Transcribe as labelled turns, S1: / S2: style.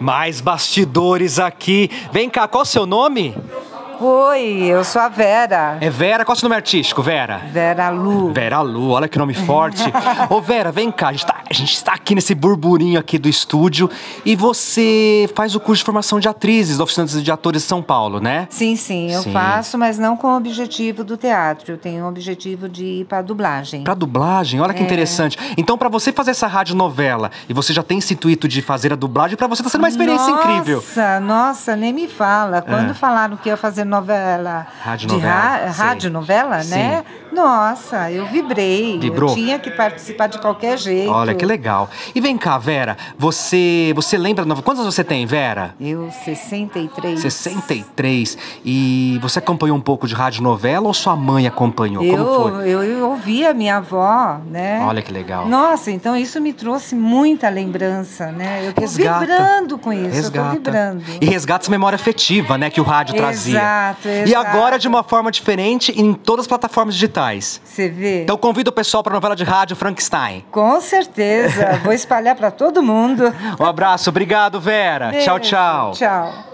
S1: Mais bastidores aqui. Vem cá, qual o seu nome?
S2: Oi, eu sou a Vera.
S1: É Vera, qual o seu nome artístico, Vera?
S2: Vera Lu.
S1: Vera Lu, olha que nome forte. Ô Vera, vem cá, a gente, tá, a gente tá aqui nesse burburinho aqui do estúdio e você faz o curso de formação de atrizes da Oficina de Atores de São Paulo, né?
S2: Sim, sim, eu
S1: Sim.
S2: faço, mas não com o objetivo do teatro. Eu tenho o objetivo de ir para dublagem.
S1: Pra dublagem, olha que
S2: É.
S1: interessante. Então, pra você fazer essa radionovela e você já tem esse intuito de fazer a dublagem, pra você tá sendo uma experiência
S2: nossa,
S1: incrível. É.
S2: Nossa, nossa, nem me fala. Quando falaram que ia fazer novela.
S1: Rádio
S2: de
S1: novela, sei.
S2: rádio novela, né? Nossa, eu vibrei.
S1: Vibrou?
S2: Eu tinha que participar de qualquer jeito.
S1: Olha que legal. E vem cá, Vera, você você lembra. Quantos anos você tem, Vera?
S2: Eu, 63.
S1: 63. E você acompanhou um pouco de rádio novela ou sua mãe acompanhou? Como
S2: Eu,
S1: foi?
S2: eu, eu ouvi a minha avó, né?
S1: Olha que legal.
S2: Nossa, então isso me trouxe muita lembrança, né? Eu tô vibrando com isso, eu tô vibrando.
S1: E resgata essa memória afetiva, né, que o rádio trazia.
S2: Exato,
S1: E
S2: exato.
S1: agora de uma forma diferente em todas as plataformas digitais.
S2: Você vê?
S1: Então convido o pessoal para a novela de rádio Frankenstein.
S2: Com certeza, vou espalhar para todo mundo.
S1: Um abraço, obrigado, Vera. Tchau,
S2: Beijo,
S1: tchau.
S2: Tchau.